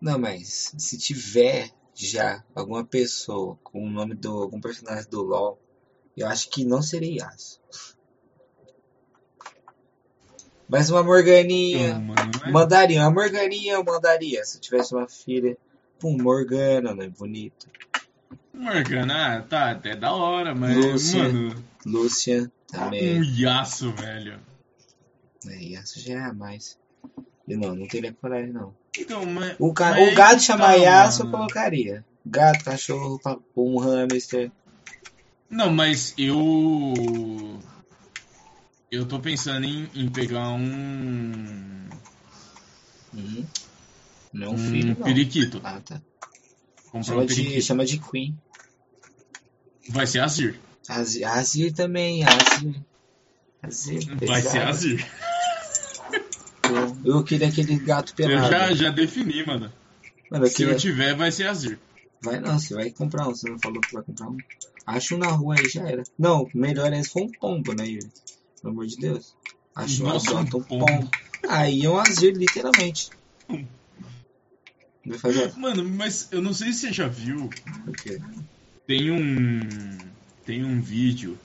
Não, mas se tiver já alguma pessoa com o nome do algum personagem do LoL, eu acho que não seria Yasuo. Mais uma Não, Morganinha. mano, não é? Mandaria, uma Morganinha eu mandaria. Se eu tivesse uma filha. Pum, Morgana, né? Bonito. Morgana, ah, tá até da hora, mas, Lúcia. mano, Lúcia um também. iaço, velho. É, Yasuo já é mais. E não, não teria coragem, não. Então, mas. O, ca... mas o gato tá, chamar Yasuo eu mano. colocaria. Gato, cachorro, pa- um hamster. Não, mas eu. Eu tô pensando em, em pegar um. Uhum. Não é um Um filho, não. periquito. Ah, tá. Comprar Chama um de, periquito. chama de Queen. Vai ser Azir. Azir, Azir também, Azir. Azir, Vai ser pesado. Azir. Eu, eu queria aquele gato Eu pelado. já, já defini, mano. Mano, eu Se eu queria... tiver, vai ser Azir. Vai não, você vai comprar um. Você não falou que vai comprar um? Acha um na rua aí, já era. Não, melhor é se for um pombo, né, Yuri? Pelo amor de Deus. Acha um Nossa, um adota um pombo. pombo. Aí é um Azir, literalmente. Hum. Vai fazer Mano, mas eu não sei se você já viu. o quê? Tem um. Tem um vídeo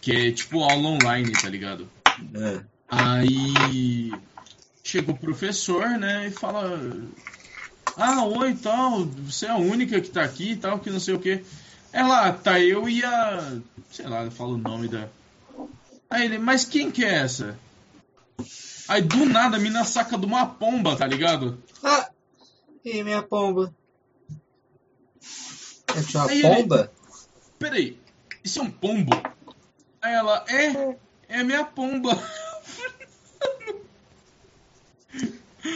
que é tipo aula online, tá ligado? Ah, Aí chega o professor, né, e fala: Ah, oi, tal, você é a única que tá aqui e tal, que não sei o quê. É lá, tá eu e a. Sei lá, fala o nome da. Aí ele, mas quem que é essa? Aí do nada a mina saca de uma pomba, tá ligado? Ah, e minha pomba? Eu tinha É tipo uma Aí ele- pomba? Peraí, isso é um pombo? Aí ela, é, é a minha pomba.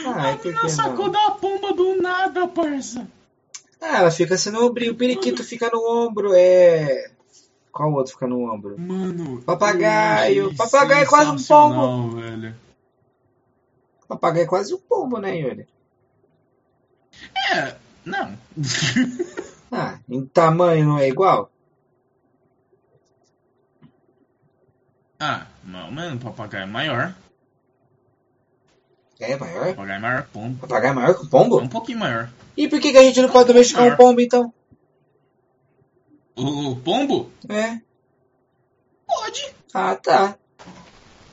Ah, A e por mina que sacou Ah, é não? da pomba do nada, parça. Ah, ela fica assim no ombro. O periquito fica no ombro, é... Qual outro fica no ombro? Mano, Papagaio. eu achei Papagaio é quase um sensacional, velho. Papagaio é quase um pombo, né, Yuri? É, não. Ah, em tamanho não é igual? ah, não, mano, papagaio é maior. É maior? Papagaio é maior, pombo. Papagaio é maior que o É pombo? um pouquinho maior. E por que, que a gente não pode domesticar um Maior. pombo, então? O, o pombo? É. Pode. Ah, tá.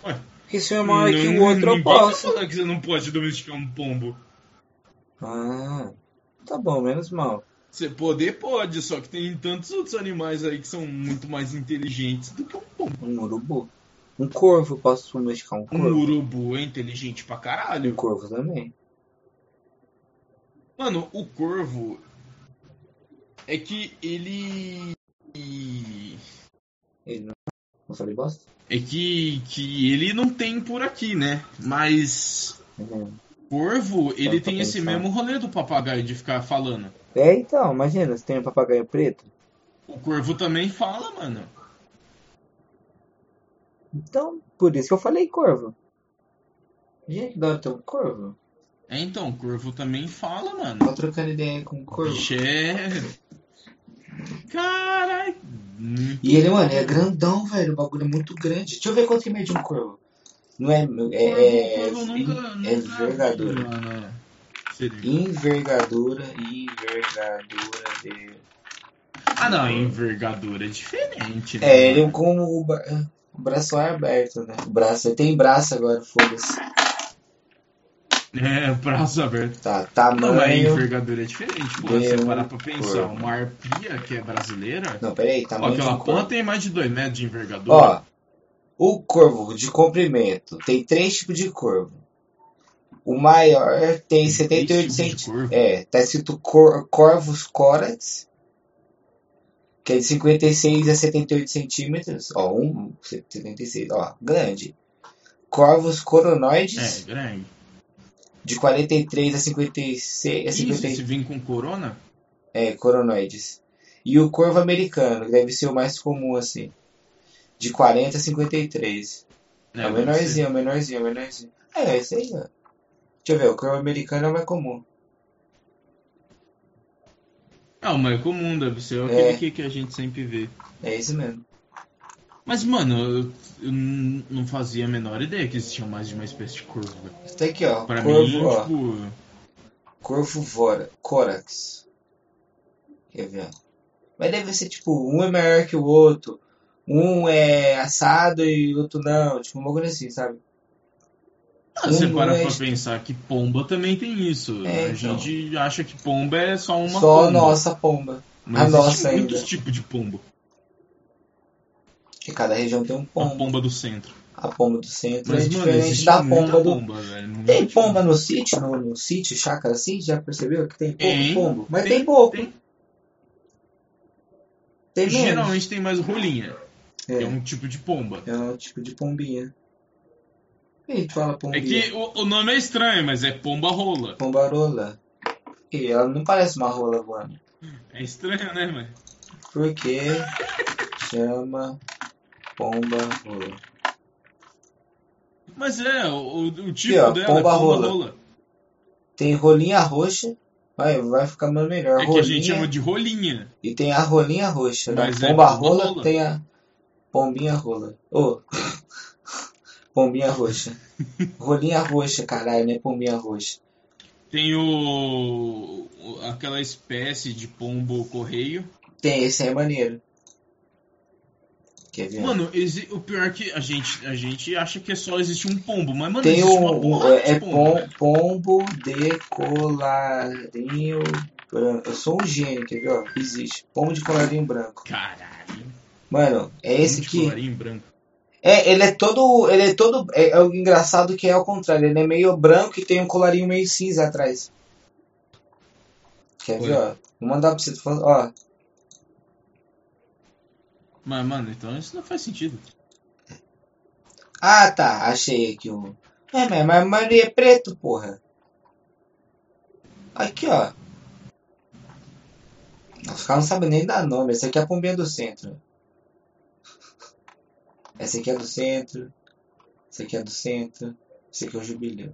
Ué. Porque se um é maior que o Não, outro, eu ninguém tá posso. falando que você não pode domesticar um pombo. Ah, tá bom, menos mal. Você poder, pode, só que tem tantos outros animais aí que são muito mais inteligentes do que um pombo. Um urubu. Um corvo, posso domesticar um Um corvo? urubu é inteligente pra Um caralho. corvo também. Mano, o corvo é que ele. Ele não... Não falei bosta? É que, que ele não tem por aqui, né? Mas Não. corvo, ele Só pra tem esse pensar. mesmo rolê do papagaio de ficar falando. É, então, imagina, se tem um papagaio preto. O corvo também fala, mano. Então, por isso que eu falei corvo. Gente, dá até um corvo. É então, o corvo também fala, mano. Tô trocando ideia com o corvo. Bicho é. Caralho. Hum. E ele, mano, é grandão, velho. O bagulho é muito grande. Deixa eu ver quanto que mede um corvo. Não é. É. é, Corvo, corvo nunca. é nunca vi, envergadura. mano. Seria- Envergadura. Envergadura de. Ah, não, envergadura é diferente, né? É, ele é mano? como o, bra... o braço é aberto, né? O braço. Ele tem braço agora, foda-se. É, braço aberto. Tá, Não, mas tamanho. envergadura é diferente. Pô, Deu você parar pra pensar, corpo. uma arpia que é brasileira, Não, peraí, ó, tamanho de aquela um corvo. ponta tem mais de 2 metros de envergadura. Ó, o corvo de comprimento tem três tipos de corvo. O maior tem Tem 78 três tipos de centímetros. corvo? É, tá escrito cor, Corvus corax, que é de 56 a 78 centímetros. Ó, um, 76, ó, grande. Corvus é, coronoides, grande. de 43 a 56. A Isso, 50, se vir com corona, é, coronoides. E o corvo americano, que deve ser o mais comum assim, de 40 a 53. né? É o deve ser. menorzinho, é o menorzinho, é o menorzinho. É, é isso aí, ó. Deixa eu ver, o corvo americano é o mais comum. Ah, o mais comum deve ser aquele É. que, que a gente sempre vê. É isso mesmo. Mas, mano, eu, eu n- não fazia a menor ideia que existia mais de uma espécie de corvo. velho. Tá aqui, ó. Pra tipo- corvo, mim, ó. tipo. Corvo vora, córax. Quer ver? Mas deve ser tipo, um é maior que o outro. Um é assado e o outro não. Tipo, uma coisa assim, sabe? Ah, você Um para é pra de- pensar que pomba também tem isso. É, a então. gente acha que pomba é só uma Só pomba. a nossa pomba. Mas a existe nossa ainda. muitos tipos de pombo. Porque cada região tem um A pombo. pomba do centro. A pomba do centro Mas, é mano, diferente existe da muita pomba do. pomba, velho. muita Tem pomba no sítio, no, no sítio, chácara assim? Já percebeu que tem pouco Tem, pombo? Mas tem, tem, pouco. tem. Tem menos. Geralmente tem mais rolinha. É. É um tipo de pomba. É um tipo de pombinha. E a gente fala É pombinha? que o, o nome é estranho, mas é pomba rola. Pombarola. E ela não parece uma rola voando. É estranho, né, mano? Porque chama pomba rola. Mas é, o, o tipo Aqui, ó, dela pomba é pomba rola. rola. Tem rolinha roxa. Vai, vai ficar mais melhor. É que a rolinha, gente chama de rolinha. E tem a rolinha roxa. Da Mas é pomba pomba rola, rola. tem a pombinha rola. Ô! pombinha roxa. Rolinha roxa, caralho, não é pombinha roxa. Tem o, o- aquela espécie de pombo correio. Tem, esse aí é maneiro. Quer ver? Mano, exi- o pior é que a gente, a gente acha que é só existe um pombo, mas mano, Tem existe uma um, um- porrada de é pombo, pom- velho. pombo de colarinho branco. Eu sou um gênio, quer ver? Ó, existe. Pombo de colarinho branco. Caralho. Mano, é esse muito aqui. colarinho branco. É, ele é todo. Ele é todo. É, é o engraçado que é ao contrário. Ele é meio branco e tem um colarinho meio cinza atrás. Quer ver, Olha. ó? Vou mandar pra você. tô falando- Ó, Mas, mano, então isso não faz sentido. Ah, tá, achei aqui um. É, mas- mas a maioria é preto, porra. Aqui, ó. Os caras não sabem nem dar nome. Essa aqui é a pombinha do centro. Essa aqui é do centro. Essa aqui é do centro. Essa aqui é o jubileu.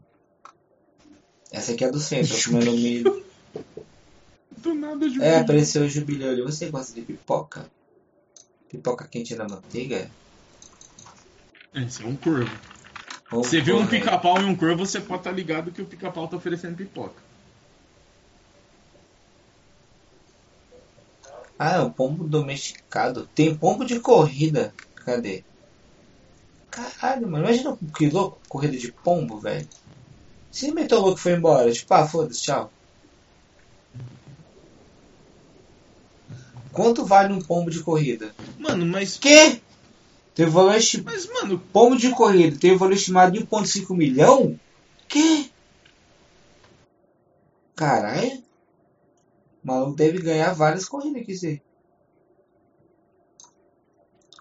Essa aqui é do centro, comendo milho. Do nada de um É, pombo. apareceu o jubileu ali. Você gosta de pipoca? Pipoca quente na manteiga? Esse é um corvo. Ô, Você vê um porra. pica-pau e um corvo, você pode estar ligado que o pica-pau tá oferecendo pipoca. Ah, é o pombo domesticado. Tem pombo de corrida. Cadê? Caralho, mano. Imagina que louco corrida de pombo, velho. Se meteu louco e foi embora. Tipo, ah, foda-se, tchau. Quanto vale um pombo de corrida? Mano, mas. Quê? um Tem valor estimado. Mas, mano, Pombo de corrida tem um valor estimado de 1,5 milhão? Quê? Caralho. O maluco deve ganhar várias corridas, quer dizer.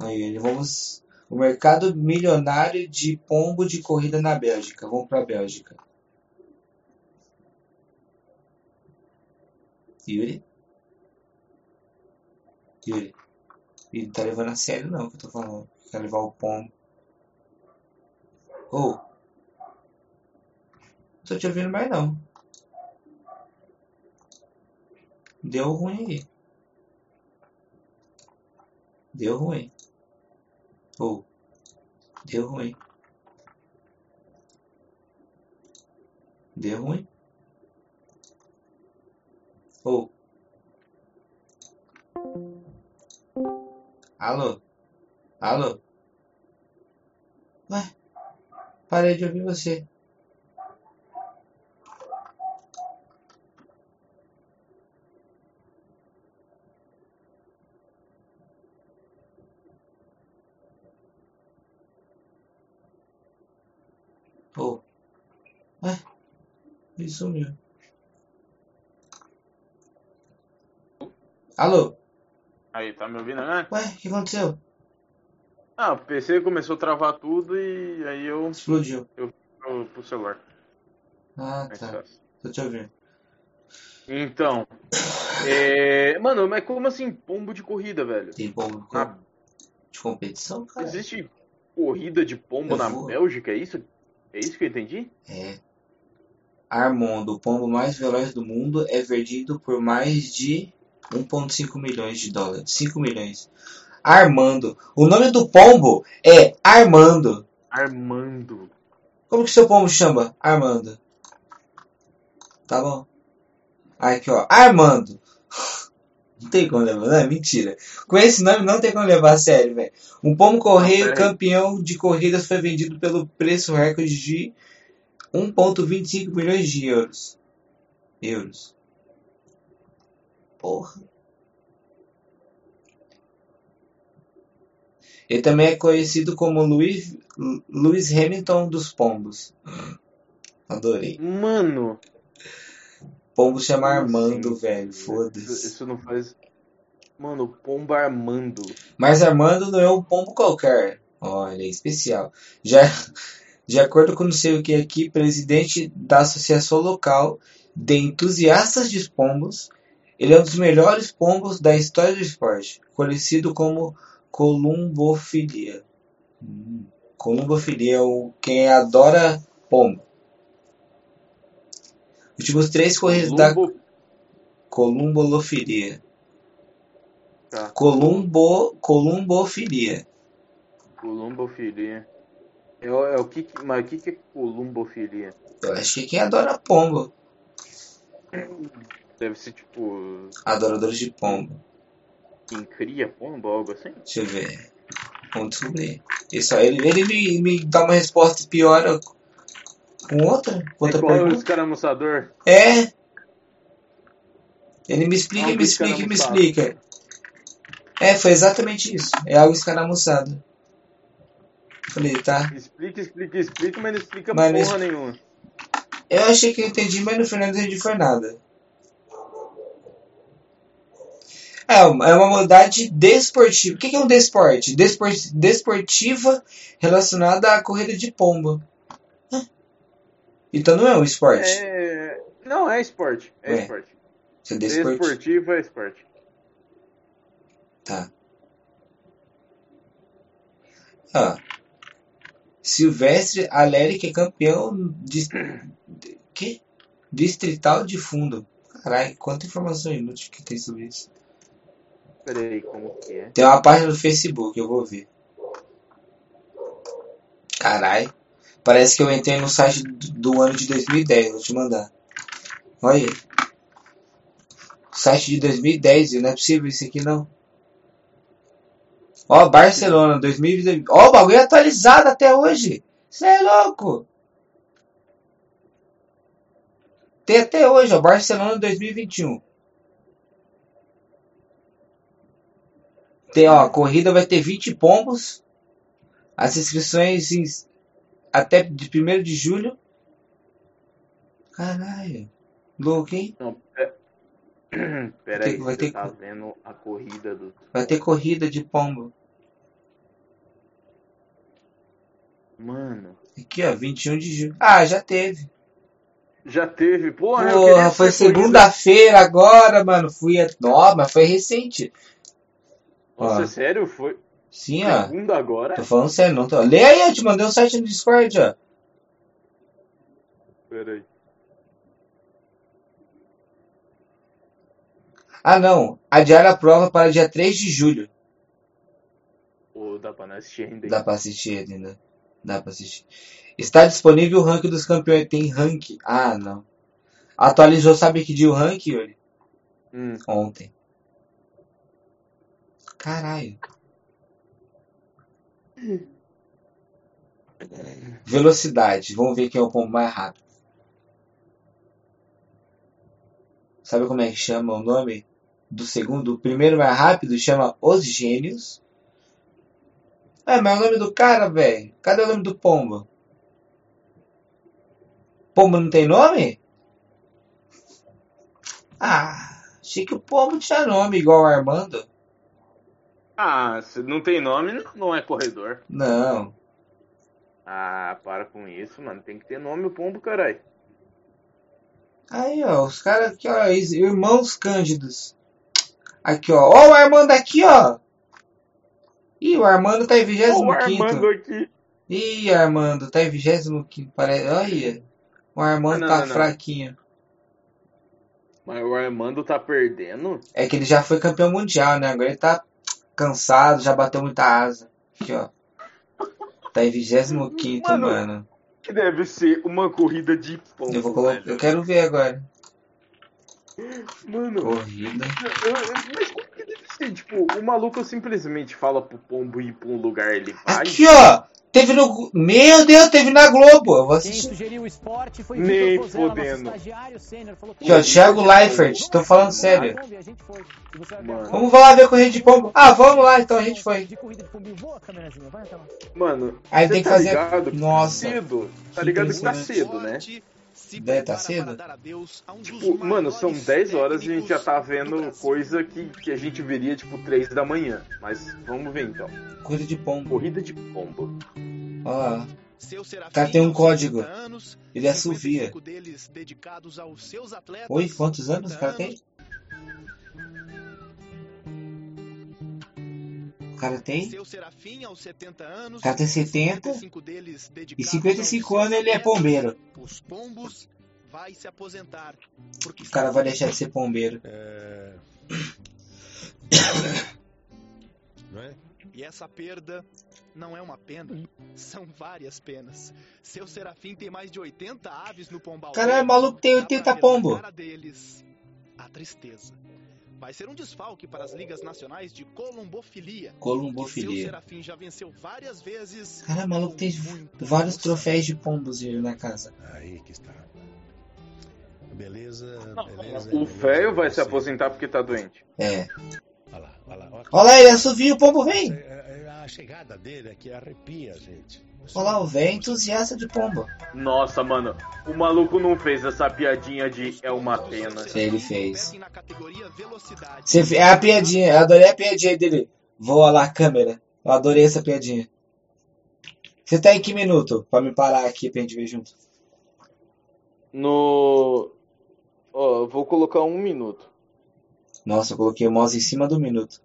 Aí, vamos. O mercado milionário de pombo de corrida na Bélgica. Vamos pra Bélgica. Yuri? Yuri? Ele não tá levando a sério, não, o que eu tô falando. Quer levar o pombo. Ô! Não tô te ouvindo mais, não. Deu ruim aí. Deu ruim. Ô! Deu ruim. Deu ruim. Ô! Alô? Alô? Ué? Parei de ouvir você. Ô! Ué? É, Ele sumiu. Alô? Aí, tá me ouvindo agora? Ué? O que aconteceu? Ah, o PC começou a travar tudo e aí eu Explodiu. pro, pro celular. é Ah, Mais tá. fácil. Tô te ouvindo. Então, é... mano, mas como assim pombo de corrida, velho? Tem pombo Na- de competição, cara? Existe corrida de pombo Eu na vou. Bélgica, é isso? É isso que eu entendi? É. Armando, o pombo mais veloz do mundo, é vendido por mais de 1,5 milhões de dólares. 5 milhões. Armando. O nome do pombo é Armando. Armando. Como que seu pombo chama? Armando. Tá bom. Aqui, ó. Armando. Não tem como levar. Não, mentira. Com esse nome não tem como levar a sério, velho. Um pombo correio peraí. campeão de corridas foi vendido pelo preço recorde de 1,25 milhões de euros. Euros. Porra. Ele também é conhecido como Louis, Lewis Hamilton dos Pombos. Adorei. Mano. Pombo chama como Armando, assim? velho. Isso, Foda-se. isso não faz. Mano, pomba armando. Mas Armando não é um pombo qualquer. Olha, é especial. Já, de acordo com não sei o que aqui, presidente da associação local de entusiastas de pombos, ele é um dos melhores pombos da história do esporte, conhecido como columbofilia. Hum, columbofilia é o quem adora pombo. Últimos três corridas da Lombo- columbolofilia. Tá. Columbo, columbofilia. Columbofilia. É, o- é o que, que- mas o que, que é columbofilia? Eu acho que é quem adora pombo. Deve ser tipo Adoradores de pombo. quem cria pomba ou algo assim? Deixa eu ver. Vamos descobrir. Isso aí, ele, ele me, me dá uma resposta e piora com outra? Com outra é igual os pergunta? caramuçador. É! Ele me explica, Algo me explica, me escaramuçado. explica. É, foi exatamente isso. É algo escaramuçado. Falei, tá. Explica, explica, explica, mas não explica Mas não é porra nenhuma. Eu achei que eu entendi, mas no final não entendi foi nada. É uma é uma modalidade desportiva. O que que é um desporte? Despor- desportiva relacionada à corrida de pombo. Hã? Então não é um esporte. É... Não, é esporte. É Ué, esporte. Isso é desporte. Desportivo é esporte. Tá. Ah. Silvestre Aleri que é campeão de... de- que? distrital de fundo. Caralho, quanta informação inútil que tem sobre isso. Peraí, como que é? Tem uma página no Facebook, eu vou ver. Carai, parece que eu entrei no site do, do ano de 2010, vou te mandar. Olha aí. Site de 2010, não é possível isso aqui não. Ó, Barcelona 2020. Ó, o bagulho é atualizado até hoje. Você é louco. Tem até hoje, ó, Barcelona 2021. Tem, ó, a corrida vai ter 20 pombos. As inscrições em- até de 1 de julho. Caralho. Louco, hein? Não, pe- Vai ter- peraí, vai você ter- tá vendo a corrida do. Vai ter corrida de pombo. Mano. Aqui, ó, 21 de julho. Ah, já teve. Já teve, porra. eu queria Porra, foi essa corrida. segunda-feira agora, mano. Fui. A... Ó, mas foi recente. Nossa, Ó. é sério? Foi Sim, ó. segunda agora? Tô falando sério, não tô. Lê aí, eu te mandei um site no Discord, ó. Peraí. Ah, não. Adiar a prova para dia 3 de julho. Ô, dá pra não assistir ainda. Dá pra assistir ele, né? Dá pra assistir. Está disponível o ranking dos campeões. Tem ranking. Ah, não. Atualizou, sabe que dia o ranking, Yuri? Hum, Ontem. Caralho. Velocidade. Vamos ver quem é o pombo mais rápido. Sabe como é que chama o nome do segundo? O primeiro mais rápido chama Os Gênios. É, mas é o nome do cara, velho. Cadê o nome do pombo? Pombo não tem nome? Ah, achei que o pombo tinha nome igual o Armando. Ah, se não tem nome, não- não é corredor. Não. Ah, para com isso, mano. Tem que ter nome o pombo, caralho. Aí, ó, os caras aqui, ó, is- irmãos Cândidos. Aqui, ó. Ó, o Armando aqui, ó. Ih, o Armando tá em Ó 25. o Armando aqui. Ih, Armando, tá em 25, parece. Olha, o Armando Não, não, tá não, não. fraquinho. Mas o Armando tá perdendo? É que ele já foi campeão mundial, né? Agora ele tá cansado, já bateu muita asa. Aqui, ó. Tá em 25, Mano, mano. Que deve ser uma corrida de pombo, Eu vou colocar. velho. Eu quero ver agora. Mano, Corrida. eu- eu- mas como que deve ser? Tipo, o maluco simplesmente fala pro pombo ir pra um lugar, ele vai. Aqui, ó. Teve no. Meu Deus, teve na Globo. Eu vou Quem assistir. sugeriu o esporte foi Nem Vitor Cozella, nosso fodendo. estagiário sênior, falou Aqui, ó, Thiago Leifert. Tô falando sério. Vamos ver, a gente foi. E você vai ver Mano. agora. Vamos lá ver corrida de pombo. Ah, vamos lá, então a gente foi. De corrida de pombinho. Boa, câmerazinha. Vai, Natal. Mano, Aí cê tem que tá fazer- ligado que tá Nossa. cedo. Tá Que ligado que tá impressionante. cedo, né? Deve tá cedo? um Tipo, mano, são 10 horas e a gente já tá vendo coisa que, que a gente veria, tipo, 3 da manhã. Mas vamos ver então. Corrida de pombo. Corrida de pombo. Olha lá. O cara tem um código. Ele assovia. Deles dedicados aos seus atletas. Oi, quantos anos o cara tem? O cara tem? Seu Serafim aos 70 anos. O cara tem 70 55 deles e dedicados 55 aos anos seus ele é atletas. pombeiro. Os pombos vai se aposentar. Porque O cara vai deixar de ser pombeiro. E essa perda não é uma pena, são várias penas. Seu Serafim tem mais de 80 aves no pombal. Caralho, o é maluco tem 80 pombo. A cara deles, a tristeza. Vai ser um desfalque para as ligas nacionais de colombofilia. que Seu Colombofilia. Serafim já venceu várias vezes. Caralho, o é maluco tem com muito vários custo. troféus de pombos ele na casa. Aí que está. Beleza, é. beleza. O beleza, velho vai se você. aposentar porque tá doente. É. Olha lá, olha lá. Olha lá, ele assovia, o pombo vem. É, é, A chegada dele aqui arrepia, gente. Olha lá, o velho é entusiasta de pombo. Nossa, mano, o maluco não fez essa piadinha de é uma pena. Ele fez. Competem na categoria velocidade. Você fe- é a piadinha, eu adorei a piadinha dele. Voa lá, câmera. Eu adorei essa piadinha. Você tá em que minuto? Pra me parar aqui pra gente ver junto. No. Ó, eu vou colocar um minuto. Nossa, eu coloquei o mouse em cima do minuto.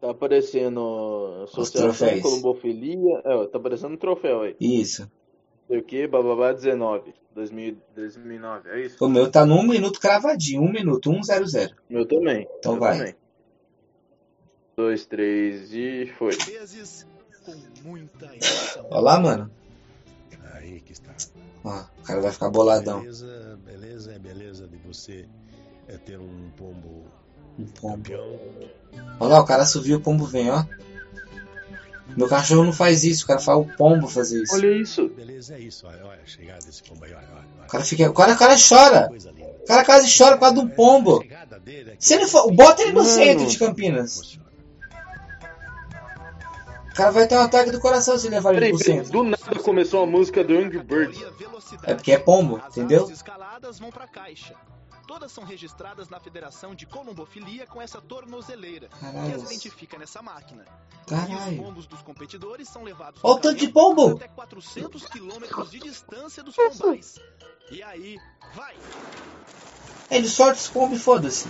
Tá aparecendo troféus. Colombofilia. É, ó, tá aparecendo um troféu aí. Isso. Sei o que, bababá 19. 2000, 2009, é isso? O meu tá num minuto cravadinho. Um minuto, um zero zero. Meu também. Então meu vai. Também. Dois, três e foi. Vezes com muita emoção. Olha lá, mano. Aí que está. Ó, o cara vai ficar boladão. Beleza, beleza, é beleza de você é, ter um pombo Um pombo. campeão. Olha lá, o cara subiu, o pombo vem, ó. Meu cachorro não faz isso, o cara faz o pombo fazer isso. Olha isso. Beleza, é isso. Olha, olha a chegada desse pombo aí. Olha, olha, olha. O cara fica. O cara, o cara chora. Coisa linda. É, O cara quase chora por causa de um A pombo. chegada dele aqui Se ele for. Bota ele no Mano. centro de Campinas. emociona. O cara vai ter um ataque do coração se levar ele Peraí, pro peraí, centro. do nada começou a música do Angry Birds. Categoria velocidade. É porque é pombo, As entendeu? aves escaladas vão pra caixa. Todas são registradas na Federação de Colombofilia com essa tornozeleira, que Caralho. as identifica nessa máquina. E os Tá Caralho. pombos dos competidores são levados Olha o no tanto de caminhão pombo. até 400 quilômetros de distância dos pombais. E aí, vai! Ele solta os pombos e foda-se.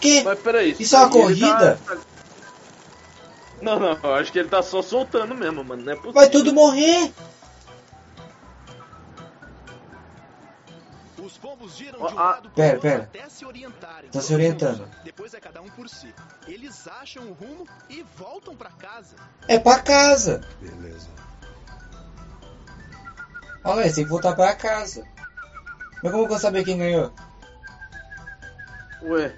Que? Mas peraí. Isso é uma aí ele corrida? tá- Não, não, eu acho que ele tá só soltando mesmo, mano. Não é possível. Vai tudo morrer. Os pombos giram Ó, de um ah, lado pro pera, outro pera. até se orientarem. Tá se orientando. Depois é cada um por si. Eles acham o rumo e voltam pra casa. É pra casa. Beleza. Olha lá, ele tem que voltar pra casa. Mas como que eu vou saber quem ganhou? Ué,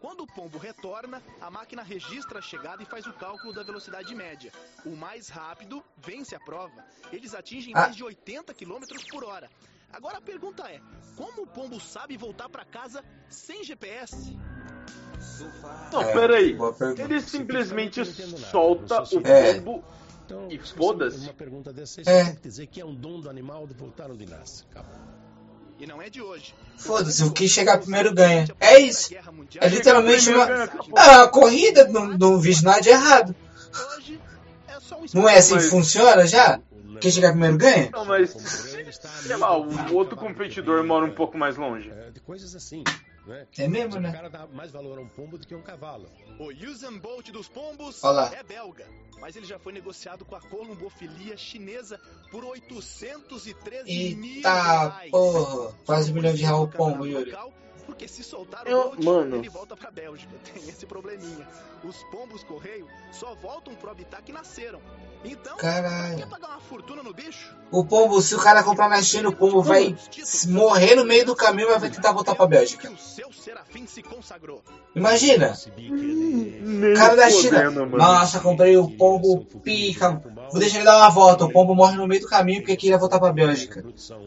Quando o pombo retorna, a máquina registra a chegada e faz o cálculo da velocidade média. O mais rápido vence a prova. Eles atingem Ah. mais de 80 km por hora. Agora a pergunta é: como o pombo sabe voltar pra casa sem GPS? não, É, peraí. Boa pergunta. Ele simplesmente solta o É. pombo. Então, E se você- foda-se. Uma pergunta dessa, É. você tem que dizer que é um dom do animal de voltar onde nasce. Acabou. E não é de hoje. Foda-se, o que chegar primeiro ganha. É isso. É literalmente uma. né, Ah, a corrida não, não vi nada de errado. Hoje é só um Não é assim que Mas- funciona já? O Quem chegar primeiro ganha? Não, mas. Ele está Sei lá, o ali, outro trabalho competidor também, mora um né? pouco mais longe. É, de coisas assim, né? É mesmo, O né? cara dá mais valor a um pombo do que a um cavalo. O Usain Bolt dos pombos Olha lá. é belga, mas ele já foi negociado com a colombofilia chinesa por 813 mil Eita reais. tá, porra, quase um milhão de real o pombo, Campeonato Yuri. local, Por Porque se soltar o Eu- Bolt, mano. ele volta pra Bélgica. Tem esse probleminha. Os pombos correio só voltam pro habitat que nasceram. Então, Caralho. quer pagar uma fortuna no bicho? O pombo, se o cara comprar na China, o pombo vai s- morrer no meio do caminho, mas vai tentar voltar pra Bélgica. Que o seu serafim se consagrou. Imagina! é Nem Cara da fodendo, China. mano. Hum, Nossa, comprei o pombo pica. Vou deixar ele dar uma volta. O pombo morre no meio do caminho porque queria voltar tá pra É, Bélgica.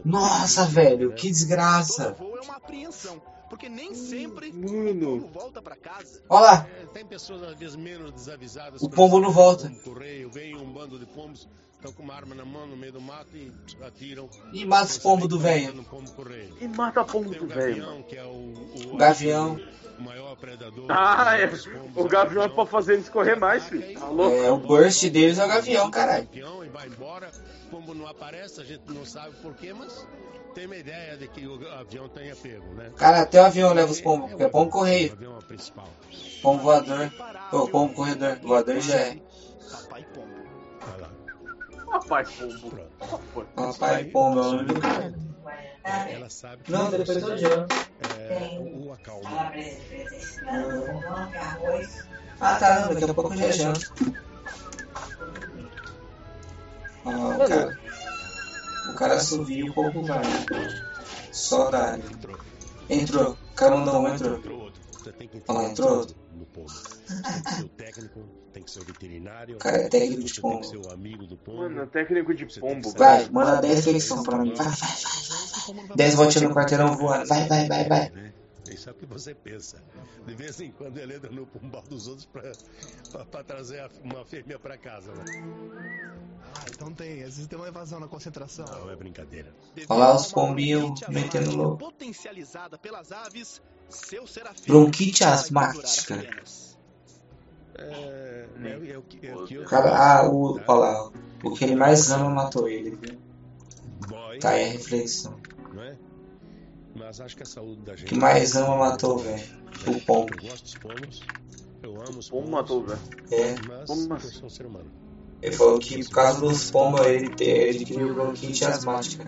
Nossa, velho, que Todo desgraça. voo é uma apreensão. Porque nem sempre Mano. o pombo volta pra casa. Olha lá, É, Tem pessoas às vezes menos desavisadas. O pombo não volta. Um correio, vem um bando de pombos, estão com uma arma na mão no meio do mato e atiram. e mata os pombos do velho. tá No pombo correio. E mata pombo Tem o do velho, gavião, mano. que é o, o, O gavião. o maior predador. Ah, é. Os pombos O gavião é pra atacam, fazer eles correr mais, filho. Tá louco? É, o burst deles é o gavião, caralho. campeão e vai embora. O pombo não aparece, a gente não sabe porquê, mas tem uma ideia de que o avião tenha pego, né? Cara, até o avião leva os pombos, porque é pombo O correio, avião é o principal. pombo voador. Ô, pombo corredor, voador já é. Papai pombo. Olha lá, Papai pombo. pronto. Papai pombo é o nome do cara. Ela sabe que Não, depois todo dia. é, o o acalma. Ah, tá, não, daqui a pouco eu já janto. Ah, o cara. O cara subiu um pouco mais. Só da. Entrou, Entrou, o cara não um entrou. entrou outro. Você tem que Ah, entender entrou tudo no pombo. Você tem que ser o técnico, tem que ser o veterinário. Cara, é técnico de você pombo. Tem que ser o amigo do pombo. Mano, técnico de pombo, velho. Vai, manda 10 eleições pra mim. Vai, vai, vai. Como não vai 10 voltinhas no quarteirão voando. Vai, vai, vai, vai. né? Isso é o que você pensa. De vez em quando ele entra no pombal dos outros pra, pra, pra trazer a- uma fêmea pra casa. né? Ah, então tem. Às vezes tem uma evasão na concentração. Não, é brincadeira. Devido Olha lá a os uma pombinhos bronquite metendo asmática louco. é Potencializada pelas aves, seu serafim Bronquite vai asmática. durar apenas. É, é, é o que, é o que eu- O cara, ah, o. Olha lá, o que ele mais ama matou ele. Boy, Tá aí a reflexão. não é? Mas acho que a saúde da O gente. é que mais ama matou, velho. O pombo. Eu gosto dos pombos. Eu amo os Pombo pombos. matou, velho. É. Mas Como eu assim? sou um ser humano. Ele falou que por causa dos pombos ele, te- ele adquiriu bronquite né? asmática.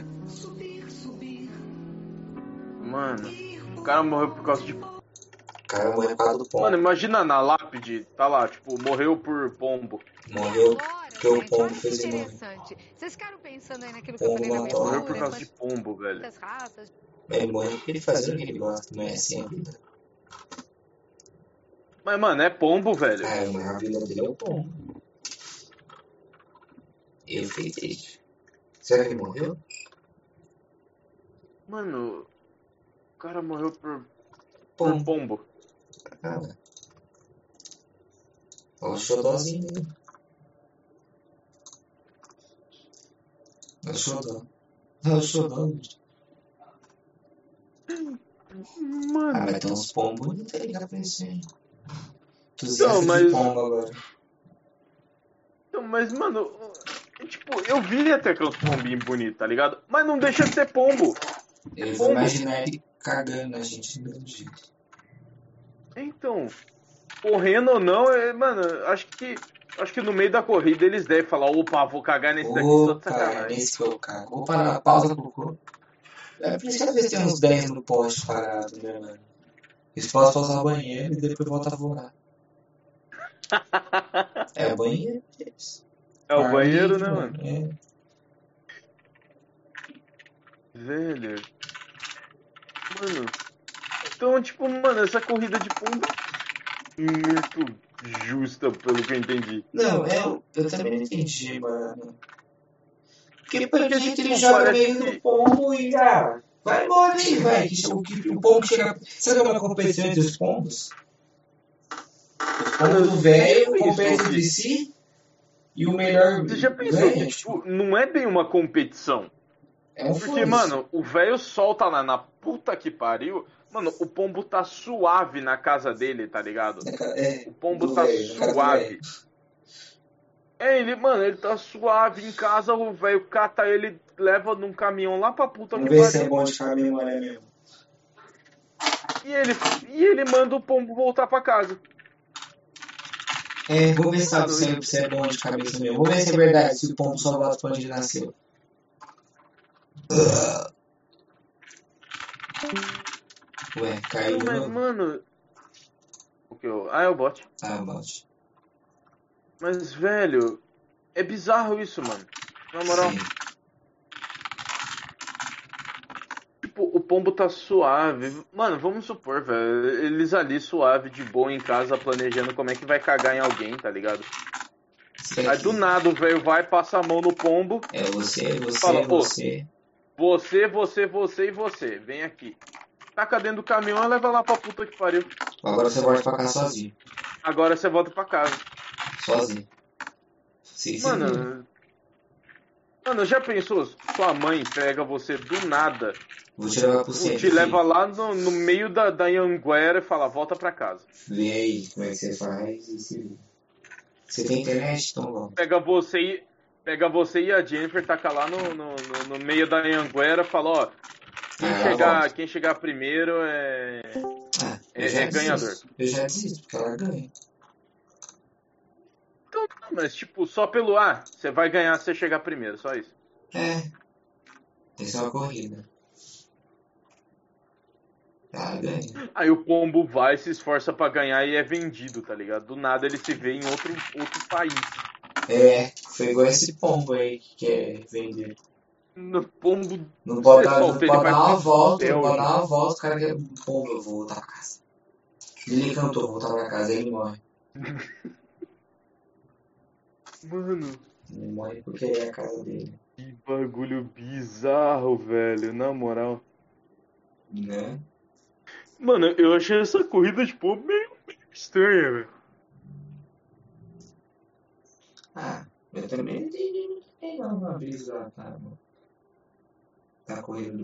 Mano, o cara morreu por causa de. O cara morreu por causa do Mano, pombo. imagina na lápide, tá lá, tipo, morreu por pombo. Morreu. porque o Agora, gente, pombo olha que fez ele morrer. interessante. Vocês ficaram pensando aí naquilo que Pombo eu falei na matou. abertura, Morreu é por causa de pombo, velho. quantas raças, Ele morreu porque ele fazia o que ele gosta, não é assim a vida. Mas, mano, é pombo, velho. Ah, mas a vida dele é o pombo. Eu fiquei triste. Será que ele morreu? Mano, o cara morreu por, por Pombo. pombo. Ah, velho. Olha o xodózinho dele. Olha o xodó. Olha o xodó. bicho. Ah, Mano, mas tem uns pombos bonitos aí, cara, pra esse. hein? Não, 200 de mas- pombo agora. então, mas, mano, tipo, eu vi até aqueles pombinhos bonitos, tá ligado? Mas não deixa de ser pombo. Eu vou Pombo. imaginar ele cagando na gente do mesmo jeito. Então, correndo ou não, é, mano, acho que. Acho que no meio da corrida eles devem falar, opa, vou cagar nesse daqui é só de Opa, sacanagem. esse foi o cara. Opa, na pausa cocô. É por isso que às vezes tem uns 10 no poste parado, né, mano? Eles podem passar no banheiro e depois voltar a voar. é tipo, o banheiro deles. É o banheiro, né, mano? mano? Velho. Mano. Então, tipo, mano, essa corrida de pombo é muito justa, pelo que eu entendi. Não, eu, eu também não entendi, mano. Porque pelo Porque, jeito ele tipo, joga parece meio que- no pombo e, ah, vai embora aí, vai. Que o, que o pombo chega... Sabe uma competição entre os pombos? Os pombos do velho competem entre si e o melhor Você já pensou que, ganha, tipo, tipo, não é bem uma competição? é um Porque, foda-se. mano, o velho solta lá na puta que pariu. Mano, o pombo tá suave na casa dele, tá ligado? É, O pombo do tá velho, na casa do suave. velho. É, ele, mano, ele tá suave em casa, o velho cata ele, leva num caminhão lá pra puta Vamos que ver se é pariu. bom de caminho, é mesmo. E ele, e ele manda o pombo voltar pra casa. É, vou ver se tá sendo se é bom de cabeça mesmo. Vou ver se é verdade, se o pombo só bate pra onde ele nasceu. Ah. Ué, caiu Não, mas, no. mano. O que? eu- Ah, é o bot. Ah, bot. Mas, velho, é bizarro isso, mano. Na moral, Sim. tipo, o pombo tá suave. Mano, vamos supor, velho, eles ali suave, de boa em casa, planejando como é que vai cagar em alguém, tá ligado? Aí do Certo. nada o velho vai, passa a mão no pombo. É você, você, Fala, pô. você. Você, você, você e você, vem aqui. Taca dentro do caminhão e leva lá pra puta que pariu. Agora você vai pra cá sozinho. Agora você volta pra casa. Sozinho. Sim, sim. Mano. Mano, já pensou? Sua mãe pega você do nada, Vou te levar pro centro. te leva filho. lá no, no meio da, da Anguera e fala, volta pra casa. Vê aí como é que você faz. e se vira. Você tem internet? Então vamos. Pega você e. Pega você e a Jennifer, taca lá no, no, no- no meio da Anguera e fala, ó, quem, Ah, chegar, volta. quem chegar primeiro é. Ah, eu é- já é ganhador. desisto. Eu já desisto, porque ela ganha. Então, não, mas tipo, só pelo ar, você vai ganhar se você chegar primeiro, só isso. É. Tem só uma corrida. Ela ganha. Aí o pombo vai, se esforça pra ganhar e é vendido, tá ligado? Do nada ele se vê em outro, outro país. É, foi igual esse pombo aí que quer vender. No pombo. Não pode dar, Pessoal, não ele pode vai dar uma pro volta, não céu, pode né? dar uma volta, o cara quer um pombo, eu vou voltar pra casa. Ele cantou, voltar pra casa, aí ele morre. Mano, Ele morre porque é a casa dele, que bagulho bizarro, velho, na moral. né? Mano, eu achei essa corrida de pombo meio, meio estranha, velho. Ah, tá, eu também não entendi muito bem não, uma brisa da, da, da corrida